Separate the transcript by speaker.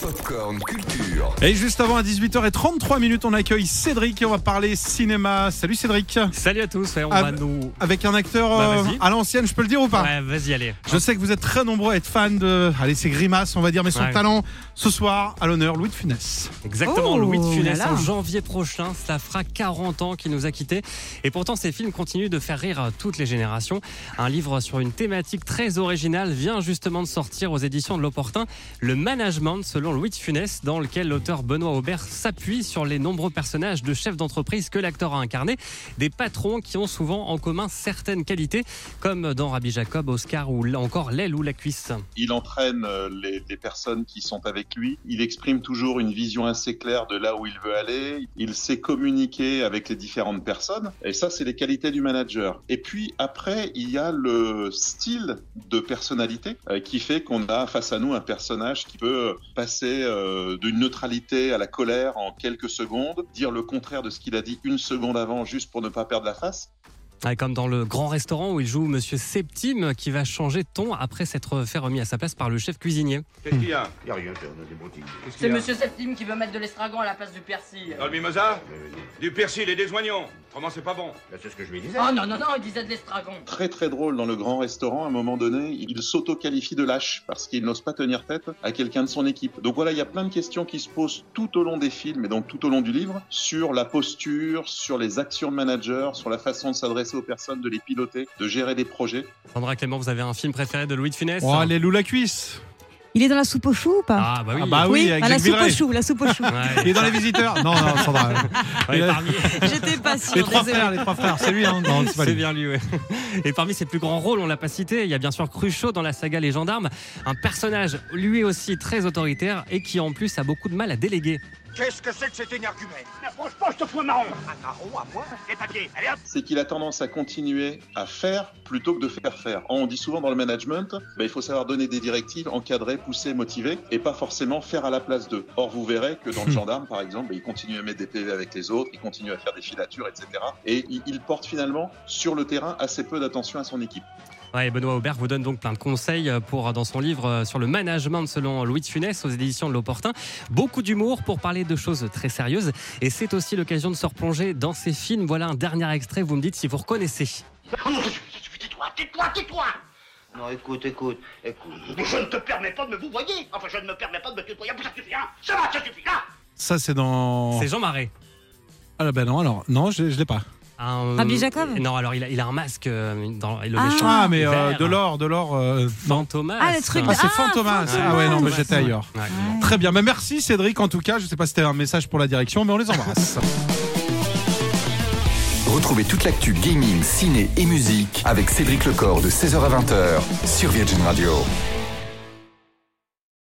Speaker 1: Popcorn Culture.
Speaker 2: Et juste avant à 18h33 minutes, on accueille Cédric et on va parler cinéma. Salut Cédric.
Speaker 3: Salut à tous, ouais, on
Speaker 2: Ah,
Speaker 3: va nous.
Speaker 2: Avec un acteur
Speaker 3: Bah,
Speaker 2: euh,
Speaker 3: vas-y.
Speaker 2: à l'ancienne, je peux le dire ou pas
Speaker 3: Ouais, vas-y, allez.
Speaker 2: Je sais que vous êtes très nombreux à être fans de, allez, ses grimaces, on va dire, mais son
Speaker 3: Ouais.
Speaker 2: talent ce soir à l'honneur, Louis de Funès.
Speaker 3: Exactement,
Speaker 4: Oh
Speaker 3: Louis de
Speaker 4: là
Speaker 3: Funès
Speaker 4: là.
Speaker 3: en janvier prochain, cela fera 40 ans qu'il nous a quittés. Et pourtant, ces films continuent de faire rire toutes les générations. Un livre sur une thématique très originale vient justement de sortir aux éditions de l'Opportun, Le Management selon Louis de Funès, dans lequel l'auteur Benoît Aubert s'appuie sur les nombreux personnages de chefs d'entreprise que l'acteur a incarnés, des patrons qui ont souvent en commun certaines qualités, comme dans Rabbi Jacob, Oscar ou encore L'aile ou la cuisse.
Speaker 5: Il entraîne euh, les, les personnes qui sont avec lui. Il exprime toujours une vision assez claire de là où il veut aller. Il sait communiquer avec les différentes personnes. Et ça, c'est les qualités du manager. Et puis après, il y a le style de personnalité euh, qui fait qu'on a face à nous un personnage qui peut passer euh, d'une neutralité à la colère en quelques secondes, dire le contraire de ce qu'il a dit une seconde avant juste pour ne pas perdre la face.
Speaker 3: Ouais, Ah, comme dans le grand restaurant où il joue Monsieur Septime qui va changer de ton après s'être fait remis à sa place par le chef cuisinier.
Speaker 6: Qu'est-ce qu'il y a Il n'y a rien, on a des boutiques. Qu'est-ce
Speaker 7: C'est Monsieur Septime qui veut mettre de l'estragon à la place du persil.
Speaker 8: Ah,
Speaker 6: Dans le mimosa Du persil et des oignons. Autrement, c'est pas bon.
Speaker 8: Bah,
Speaker 6: c'est ce que je lui disais.
Speaker 7: Oh non, non, non, il disait de l'estragon.
Speaker 5: très très drôle dans le grand restaurant. À un moment donné, il s'auto-qualifie de lâche parce qu'il n'ose pas tenir tête à quelqu'un de son équipe. Donc voilà, il y a plein de questions qui se posent tout au long des films et donc tout au long du livre sur la posture, sur les actions de manager, sur la façon de s'adresser aux personnes, de les piloter, de gérer des projets.
Speaker 3: Sandra Clément, vous avez un film préféré de Louis de Funès
Speaker 2: Oh,
Speaker 3: hein
Speaker 2: allez, Lou la cuisse.
Speaker 4: Il est dans la soupe aux choux ou pas
Speaker 3: Ah bah oui.
Speaker 2: Ah bah oui, avec
Speaker 4: à la
Speaker 2: Jacques
Speaker 4: soupe aux
Speaker 2: Villeray.
Speaker 4: choux, la soupe aux choux.
Speaker 2: Il
Speaker 3: Ouais.
Speaker 2: est dans les visiteurs. Non, non, Sandra.
Speaker 3: Ouais,
Speaker 2: Il a-
Speaker 3: parmi-
Speaker 4: J'étais pas sûre,
Speaker 2: les trois
Speaker 4: désolée.
Speaker 2: frères, les trois frères, c'est lui, hein. Non, c'est pas
Speaker 3: C'est
Speaker 2: lui.
Speaker 3: bien lui, ouais. Et parmi ses plus grands rôles, on l'a pas cité, il y a bien sûr Cruchot dans la saga Les Gendarmes, un personnage lui aussi très autoritaire et qui en plus a beaucoup de mal à déléguer.
Speaker 6: Qu'est-ce que c'est que cet énergumène
Speaker 8: N'approche pas, je te fous un marron
Speaker 6: Un marron à moi
Speaker 8: Les papiers, allez hop
Speaker 5: C'est qu'il a tendance à continuer à faire plutôt que de faire faire. On dit souvent dans le management, bah, il faut savoir donner des directives, encadrer, pousser, motiver et pas forcément faire à la place d'eux. Or, vous verrez que dans le gendarme, par exemple, bah, il continue à mettre des PV avec les autres, il continue à faire des filatures, etc. Et il- il porte finalement sur le terrain assez peu d'attention à son équipe.
Speaker 3: Ouais, et Benoît Aubert vous donne donc plein de conseils pour, dans son livre euh, sur le management selon Louis de Funès aux éditions de l'Opportun. Beaucoup d'humour pour parler de choses très sérieuses. Et c'est aussi l'occasion de se replonger dans ces films. Voilà un dernier extrait, vous me dites si vous reconnaissez.
Speaker 8: Tais-toi, tais-toi, tais-toi
Speaker 9: Non, écoute, écoute, écoute.
Speaker 8: Je ne te permets pas de me vous voyez Enfin, je ne me permets pas de me tutoyer, ça suffit, hein Ça va, ça suffit, hein
Speaker 2: Ça, c'est dans.
Speaker 3: C'est Jean Marais.
Speaker 2: Ah bah non, alors, non, je, je l'ai pas.
Speaker 3: Un-
Speaker 4: Rabbi Ah, Jacob
Speaker 3: Non, alors il a, il a un masque euh, dans le
Speaker 4: Ah.
Speaker 3: méchant.
Speaker 2: Ah, mais euh,
Speaker 3: Vert.
Speaker 2: de l'or, de l'or. euh, non.
Speaker 3: Fantomas.
Speaker 4: Ah, le truc
Speaker 2: Ah,
Speaker 4: de-
Speaker 2: c'est
Speaker 4: Ah,
Speaker 2: Fantomas. Ah
Speaker 4: Fantomas.
Speaker 2: ouais, non, mais
Speaker 3: Ouais.
Speaker 2: j'étais ailleurs.
Speaker 3: Ouais.
Speaker 2: Très bien, mais merci Cédric en tout cas. Je sais pas si c'était un message pour la direction, mais on les embrasse.
Speaker 1: Retrouvez toute l'actu gaming, ciné et musique avec Cédric Lecor de 16h à 20h sur Virgin Radio.